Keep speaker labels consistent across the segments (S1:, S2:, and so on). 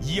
S1: 以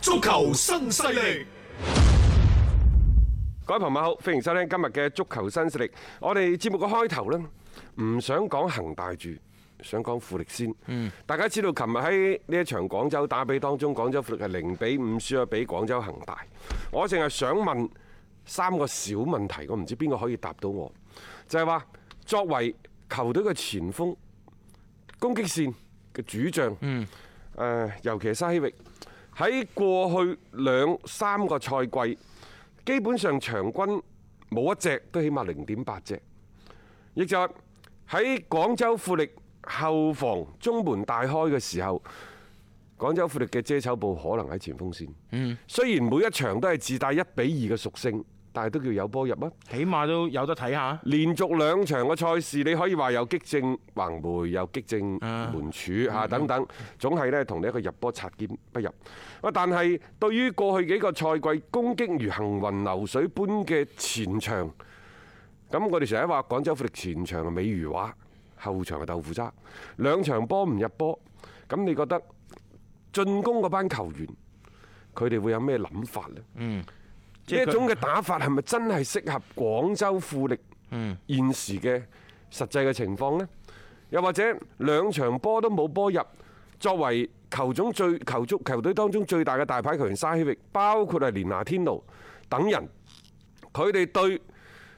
S1: 足球新勢力，
S2: 各位朋友好，歡迎收聽今日嘅足球新勢力。我哋節目嘅開頭呢，唔想講恒大住，想講富力先。大家知道，琴日喺呢一場廣州打比當中，廣州富力係零比五輸咗俾廣州恒大。我淨係想問三個小問題，我唔知邊個可以答到我，就係話作為球隊嘅前鋒、攻擊線嘅主將，誒，尤其係沙希域喺過去兩三個賽季。基本上場均冇一隻都起碼零點八隻，亦就係喺廣州富力後防中門大開嘅時候，廣州富力嘅遮醜布可能喺前鋒線。嗯，雖然每一場都係自帶一比二嘅屬性，但係都叫有波入啊！
S3: 起碼都有得睇下。
S2: 連續兩場嘅賽事，你可以話又擊正橫梅，又擊正門柱嚇等等，總係咧同你一個入波擦肩不入。啊，但係對於過去幾個賽季攻擊如行雲流水般嘅前場，咁我哋成日話廣州富力前場係啊美如畫，後場係豆腐渣，兩場波唔入波，咁你覺得進攻嗰班球員佢哋會有咩諗法呢？呢一種嘅打法係咪真係適合廣州富力現時嘅實際嘅情況呢？又或者兩場波都冇波入，作為球種最球足球隊當中最大嘅大牌球員沙希域，包括係連拿天奴等人，佢哋對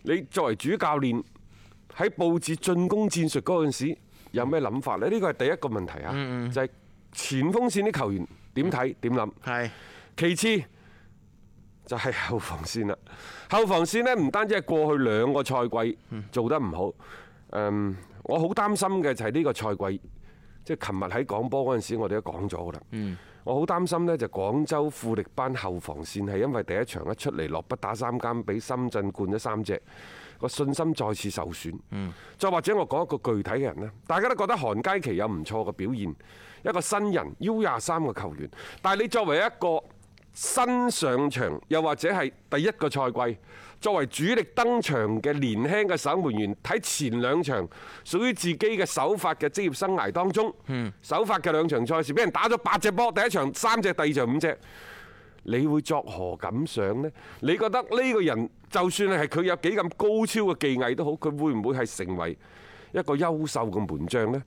S2: 你作為主教練喺佈置進攻戰術嗰陣時有咩諗法呢？呢個係第一個問題啊，就係前鋒線啲球員點睇點諗。
S3: 係
S2: 其次就係後防線啦。後防線呢，唔單止係過去兩個賽季做得唔好，誒、我好擔心嘅就係呢個賽季，即係琴日喺講波嗰陣時，我哋都講咗噶啦。我好擔心呢，就廣州富力班後防線係因為第一場一出嚟落筆打三監，俾深圳灌咗三隻，個信心再次受損。再或者我講一個具體嘅人呢，大家都覺得韓佳琪有唔錯嘅表現，一個新人 U 廿三嘅球員，但係你作為一個新上場，又或者係第一個賽季作為主力登場嘅年輕嘅守門員，喺前兩場屬於自己嘅首發嘅職業生涯當中，首發嘅兩場賽事俾人打咗八隻波，第一場三隻，第二場五隻。你會作何感想呢？你覺得呢個人就算係佢有幾咁高超嘅技藝都好，佢會唔會係成為一個優秀嘅門將呢？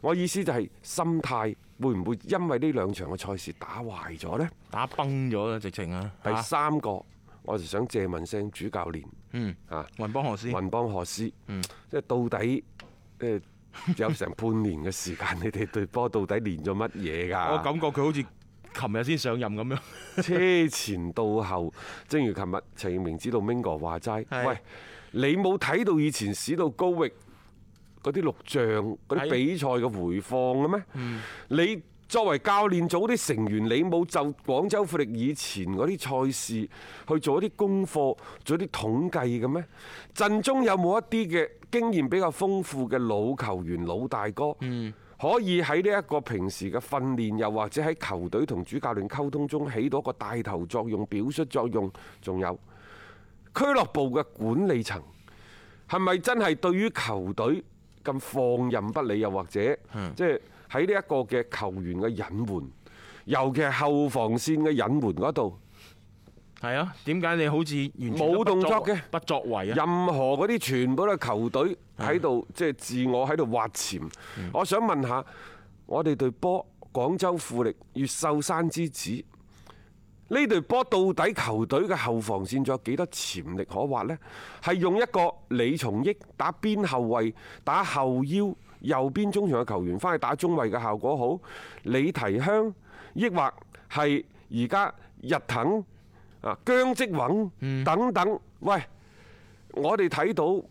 S2: 我意思就係心態會唔會因為呢兩場嘅賽事打壞咗呢？
S3: 打崩咗啦，直情啊！
S2: 第三個，我就想借問聲主教練
S3: 嗯，
S2: 啊，
S3: 雲邦何斯
S2: 雲邦何斯，即係到底誒有成半年嘅時間，你哋對波到底練咗乜嘢㗎？
S3: 我感覺佢好似琴日先上任咁樣。
S2: 車前到後，正如琴日陳奕明指導 Mingo 話齋，
S3: 係
S2: 喂，你冇睇到以前史到高域嗰啲錄像、嗰啲
S3: 係
S2: 比賽嘅回放嘅咩？你作為教練組啲成員，你冇就廣州富力以前嗰啲賽事去做一啲功課、做一啲統計嘅咩？陣中有冇一啲嘅經驗比較豐富嘅老球員、老大哥？可以喺呢一個平時嘅訓練，又或者喺球隊同主教練溝通中起到一個帶頭作用、表率作用，仲有俱樂部嘅管理層係咪真係對於球隊咁放任不理，又或者即係喺呢一個嘅球員嘅隱瞞，尤其係後防線嘅隱瞞嗰度，
S3: 係啊，點解你好似完全都
S2: 冇
S3: 不
S2: 動作嘅
S3: 不作為啊？嗯
S2: 任何嗰啲全部都係球隊喺度即係自我喺度挖潛。我想問下，我哋隊波廣州富力越秀山之子呢隊波到底球隊嘅後防線仲有幾多潛力可挖呢？係用一個李松益打邊後衞、打後腰、右邊中場嘅球員翻去打中衞嘅效果好，李提香，抑或係而家日騰啊姜積穩
S3: 嗯
S2: 等等，喂，我哋睇到。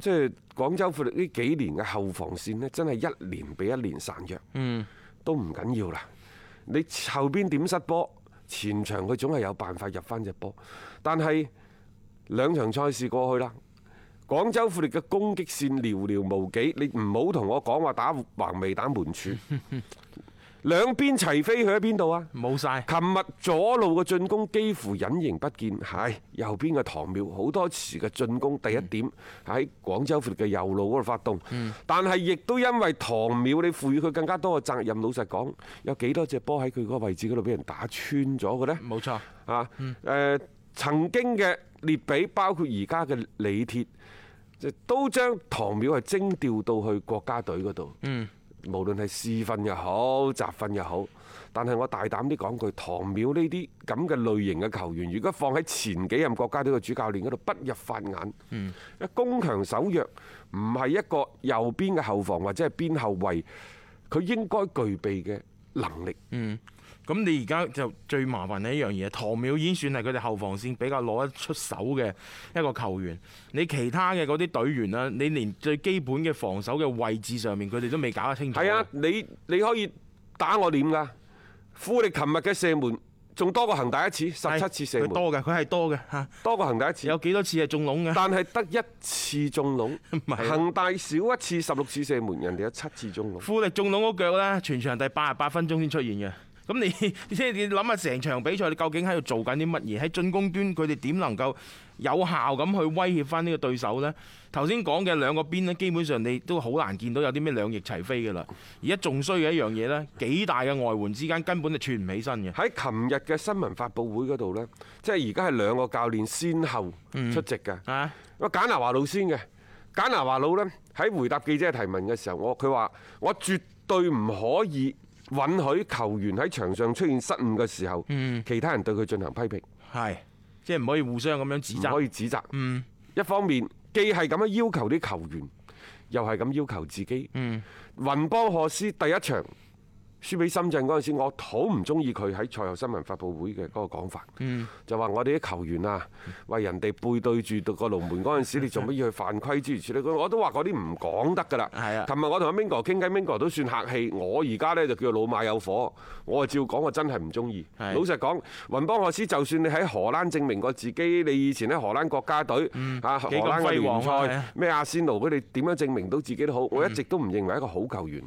S2: 即係廣州富力呢幾年嘅後防線呢，真係一年比一年孱弱，都唔緊要啦。你後邊點失波，前場佢總係有辦法入翻只波。但係兩場賽事過去啦，廣州富力嘅攻擊線寥寥無幾，你唔好同我講話打橫楣打門柱，兩邊齊飛去咗邊度啊？
S3: 冇晒。
S2: 琴日左路嘅進攻幾乎隱形不見，係右邊嘅唐淼好多時嘅進攻第一
S3: 嗯
S2: 點喺廣州富力嘅右路嗰度發動，但係亦都因為唐淼你賦予佢更加多嘅責任，老實講，有幾多隻波喺佢嗰個位置嗰度俾人打穿咗嘅呢？
S3: 冇錯，
S2: 啊，誒曾經嘅列比，包括而家嘅李鐵，即係都將唐淼係徵調到去國家隊嗰度。嗯，無論係試訓又好，集訓又好，但係我大膽啲講句，唐淼呢啲咁嘅類型嘅球員，如果放喺前幾任國家隊嘅主教練嗰度，不入法眼。嗯，攻強守弱，唔係一個右邊嘅後防或者係邊後衞，佢應該具備嘅能力。
S3: 咁你而家就最麻煩嘅一樣嘢，唐淼已經算係佢哋後防線比較攞得出手嘅一個球員。你其他嘅嗰啲隊員啦，你連最基本嘅防守嘅位置上面，佢哋都未搞得清楚。
S2: 係啊，你你可以打我臉㗎。富力琴日嘅射門仲多過恒大一次，十
S3: 係，
S2: 七次射
S3: 佢
S2: 門，
S3: 多嘅，佢係多嘅嚇，
S2: 多過恒大一次
S3: 有。幾多次係中籠嘅？
S2: 但係得一次中籠
S3: 係，啊
S2: 恒大少一次十六次射門，人哋有七次中籠。
S3: 富力中籠嗰腳呢，全場第八十八分鐘先出現嘅。咁你 即係你諗下成場比賽，你究竟喺度做緊啲乜嘢？喺進攻端佢哋點能夠有效咁去威脅翻呢個對手呢？頭先講嘅兩個邊呢，基本上你都好難見到有啲咩兩翼齊飛嘅啦。而家仲衰嘅一樣嘢呢，幾大嘅外援之間根本就串唔起身嘅。
S2: 喺琴日嘅新聞發佈會嗰度呢，即係而家係兩個教練先後出席㗎。
S3: 啊，
S2: 我簡拿華路先嘅，簡拿華路呢，喺回答記者提問嘅時候，我佢話我絕對唔可以允許球員喺場上出現失誤嘅時候，其他人對佢進行批評，
S3: 係，即係唔可以互相咁樣指
S2: 唔可
S3: 責。嗯
S2: 以指責。一方面既係咁樣要求啲球員，又係咁要求自己。
S3: 嗯
S2: 雲邦賀斯第一場輸俾深圳嗰陣時，我好唔中意佢喺賽後新聞發佈會嘅嗰個講法，
S3: 嗯
S2: 就話我哋啲球員啊，喂人哋背對住個龍門嗰陣時，你做乜要去犯規諸如此類？我都話嗰啲唔講得㗎啦。
S3: 係啊
S2: 琴日我同阿 Mingo 傾偈，Mingo 都算客氣，我而家呢就叫老馬有火，我就照講，我真係唔中意。
S3: 係
S2: 老實講，雲邦賀斯就算你喺荷蘭證明過自己，你以前喺荷蘭國家隊啊，荷
S3: 嗯幾咁
S2: 蘭嘅聯
S3: 輝煌啊係啊
S2: 賽。咩阿仙奴佢哋點樣證明到自己都好？我一直都唔認為一個好球員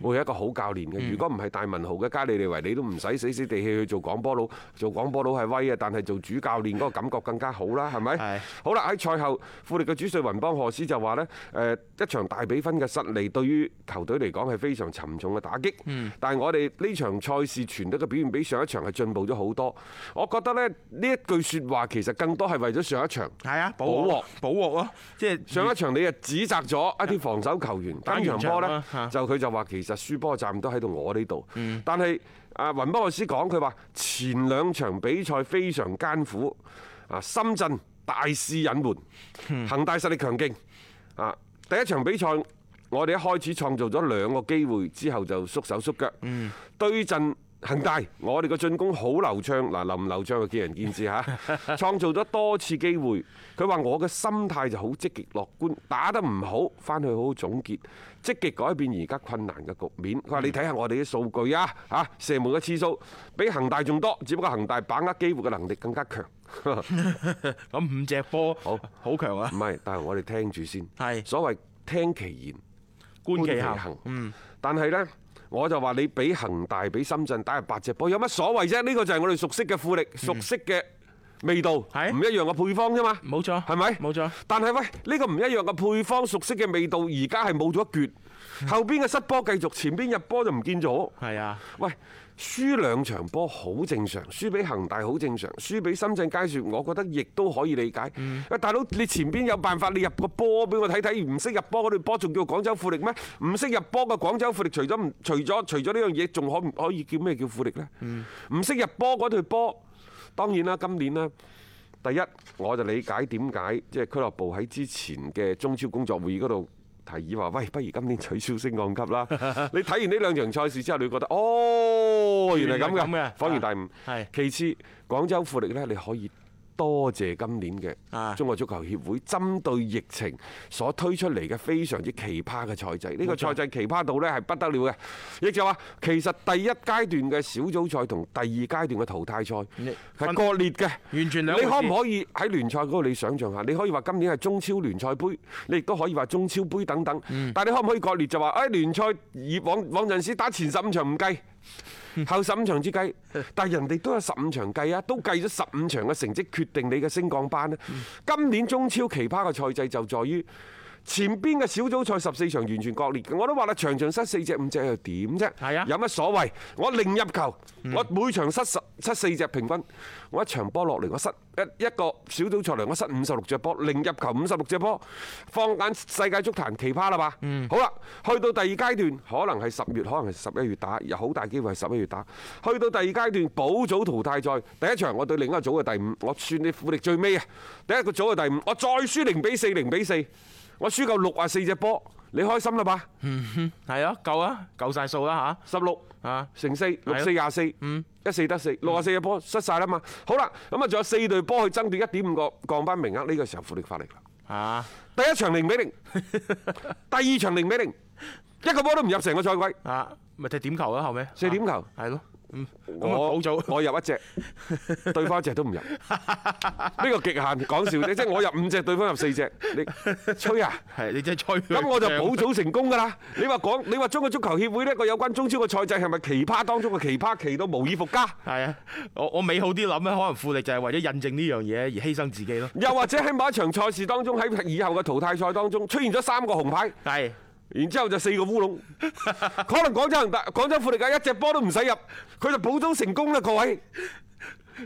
S2: 會係一個好教練嘅。如果唔係大文豪嘅加里利維，你都唔使死死地氣去做廣波佬。做廣波佬係威啊，但係做主教練嗰個感覺更加好啦，係咪
S3: 係？
S2: 好啦，喺賽後，富力嘅主帥雲邦賀斯就話呢，誒一場大比分嘅失利對於球隊嚟講係非常沉重嘅打擊。但係我哋呢場賽事全隊嘅表現比上一場係進步咗好多。我覺得呢，呢一句説話其實更多係為咗上一場。
S3: 係啊，保
S2: 保
S3: 鑊
S2: 鑊，
S3: 保鑊咯，即係
S2: 上一場你就指責咗一啲防守球員，
S3: 打
S2: 打場
S3: 完
S2: 波呢，
S3: 場啦
S2: 就佢就話其實輸波站都喺度我呢度，但係啊雲波老師講佢話前兩場比賽非常艱苦，啊深圳大肆隱瞞，恒大實力強勁，啊第一場比賽我哋一開始創造咗兩個機會之後就縮手縮腳，對陣。恒大，我哋個進攻好流暢，嗱流唔流暢就見仁見智嚇，創造咗多次機會。佢話我嘅心態就好積極樂觀，打得唔好翻去好好總結，積極改變而家困難嘅局面。佢話你睇下我哋啲數據啊，嚇射門嘅次數比恒大仲多，只不過恒大把握機會嘅能力更加強。
S3: 咁五隻波，
S2: 好
S3: 好強啊
S2: 唔，係，但係我哋聽住先。
S3: 係
S2: 所謂聽其言。
S3: 觀其嗯
S2: 觀
S3: 效
S2: 其。行。但係呢，我就話你俾恒大、俾深圳打入八隻波，有乜所謂啫？呢個就係我哋熟悉嘅富力、熟悉嘅味道，唔
S3: 嗯係
S2: 一樣嘅配方啫嘛。
S3: 冇錯
S2: 係咪？
S3: 冇錯。
S2: 但係喂，呢個唔一樣嘅配方、熟悉嘅味道，而家係冇咗一橛，後邊嘅失波繼續，前邊入波就唔見咗。
S3: 係啊，
S2: 喂，輸兩場波好正常，輸俾恒大好正常，輸俾深圳佳雪，我覺得亦都可以理解。喂，大佬，你前邊有辦法，你入個波俾我睇睇，唔識入波嗰隊波仲叫廣州富力咩？唔識入波嘅廣州富力，除咗唔除咗除咗呢樣嘢，仲可唔可以叫咩叫富力呢？唔識入波嗰隊波，當然啦，今年呢。第一，我就理解點解即係俱樂部喺之前嘅中超工作會議嗰度提議話，喂，不如今年取消升降級 啦。你睇完呢兩場賽事之後，你會覺得哦，原來咁
S3: 原來
S2: 嘅
S3: 咁嘅，
S2: 恍然大悟。
S3: 係
S2: 其次，廣州富力呢，你可以。多謝今年
S3: 啊
S2: 嘅中國足球協會針對疫情所推出嚟嘅非常之奇葩嘅賽制，呢個賽制奇葩到呢係不得了嘅，亦就話其實第一階段嘅小組賽同第二階段嘅淘汰賽
S3: 你
S2: 係割裂嘅，
S3: 完全兩
S2: 你
S3: 回
S2: 可唔
S3: 事
S2: 可以喺聯賽嗰度你想象下？你可以話今年係中超聯賽杯，你亦都可以話中超杯等等。
S3: 嗯
S2: 但係你可唔可以割裂就話，誒聯賽以往往陣時打前十五場唔計。 後十五場之 計，但係人哋都有十五場計啊，都計咗十五場嘅成績決定你嘅升降班咧。今年中超奇葩嘅賽制就在於前邊嘅小組賽十四場完全割裂嘅，我都話啦，場場失四隻五隻又點啫？
S3: 係啊
S2: 有乜所謂？我零入球，我每場失十失四隻平均，我一場波落嚟我失一一個小組賽嚟我失五十六隻波，零入球五十六隻波，放眼世界足壇奇葩啦嘛。好啦，去到第二階段可能係十月，可能係十一月打，有好大機會係十一月打。去到第二階段補組淘汰賽，第一場我對另一個組嘅第五，我算你富力最尾啊，第一個組嘅第五，我再輸零比四，零比四，我輸夠六啊四隻波，你開心啦嘛？
S3: 係啊，夠啊，夠晒數啦
S2: 十六。
S3: 嚇啊！
S2: 乘四六
S3: 係
S2: 四廿四，一四得四，六十四嘅波失晒啦嘛。好啦，咁啊仲有四隊波去爭奪一點五個降班名額，呢個時候富力發力啦。
S3: 啊
S2: 第一場零比 零，第二場零比零，一個波都唔入成個賽季，
S3: 啊，咪踢點球啦後尾
S2: 四點球。
S3: 係咯，嗯，咁啊
S2: 我
S3: 補組
S2: 我入一隻，對方一隻都唔 入，呢個極限講笑啫，即係我入五隻，對方入四隻，你吹啊！
S3: 係你真係吹 佢
S2: 咁我就
S3: 脹
S2: 補組成功㗎啦！你話講，你話中國足球協會呢個有關中超嘅賽制係咪奇葩當中嘅奇葩，奇到無以復加？
S3: 係啊，我我美好啲諗咧，可能富力就係為咗印證呢樣嘢而犧牲自己咯。
S2: 又或者喺某一場賽事當中，喺以後嘅淘汰賽當中出現咗三個紅牌，
S3: 係
S2: 然之後就四個烏龍，可能廣州恒大、廣州富力嘅一隻波都唔使入，佢就補組成功啦，各位，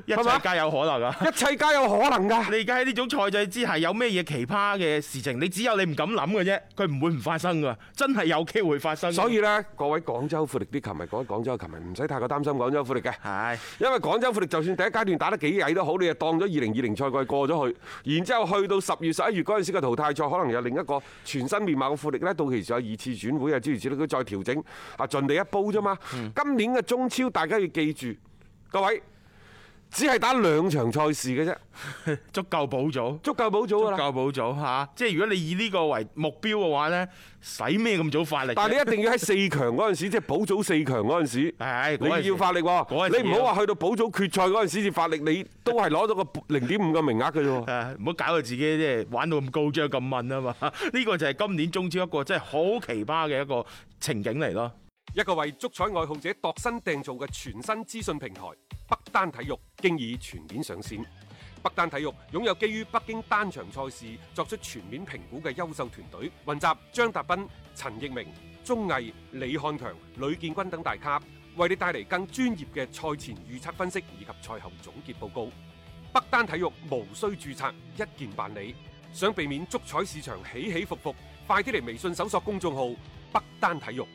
S3: 一
S2: 係嘛
S3: 切皆有可能啊！
S2: 一切皆有可能㗎。
S3: 你而家喺呢種賽制之下，有咩嘢奇葩嘅事情，你只有你唔敢諗嘅啫，佢唔會唔發生噶，真係有機會發生㗎。
S2: 所以呢，各位廣州富力啲球迷，各位廣州嘅球迷唔使太過擔心廣州富力嘅。
S3: 係
S2: 因為廣州富力就算第一階段打得幾曳都好，你就當咗二零二零賽季過咗去，然之後去到十月十一月嗰陣時嘅淘汰賽，可能有另一個全新面貌嘅富力呢，到期時有二次轉會啊，諸如此類，佢再調整啊，盡力一煲啫嘛。
S3: 嗯
S2: 今年嘅中超大家要記住，各位只係打兩場賽事嘅啫，
S3: 足夠補組。
S2: 足夠補組
S3: 足
S2: 㗎啦。
S3: 夠補組嚇，即係如果你以呢個為目標嘅話呢，使咩咁早發力啫？
S2: 但係你一定要喺四強嗰陣時，即係補組四強嗰陣時。
S3: 係嗰陣時
S2: 你要發力
S3: 嗰陣
S2: 喎，
S3: 時
S2: 你唔好話去到補組決賽嗰陣時至發力，你都係攞到個零點五個名額嘅啫喎。
S3: 誒 唔好搞到自己即係玩到咁高張咁問啊嘛！呢個就係今年中超一個真係好奇葩嘅一個情景嚟咯。
S2: 一個為足彩愛好者度身訂造嘅全新資訊平台北單體育，經已全面上線。北單體育擁有基於北京單場賽事作出全面評估嘅優秀團隊，雲集張達斌、陳奕明、鐘毅、李漢強、呂建軍等大咖，為你帶嚟更專業嘅賽前預測分析以及賽後總結報告。北單體育無需註冊，一鍵辦理。想避免足彩市場起起伏伏，快啲嚟微信搜索公眾號北單體育。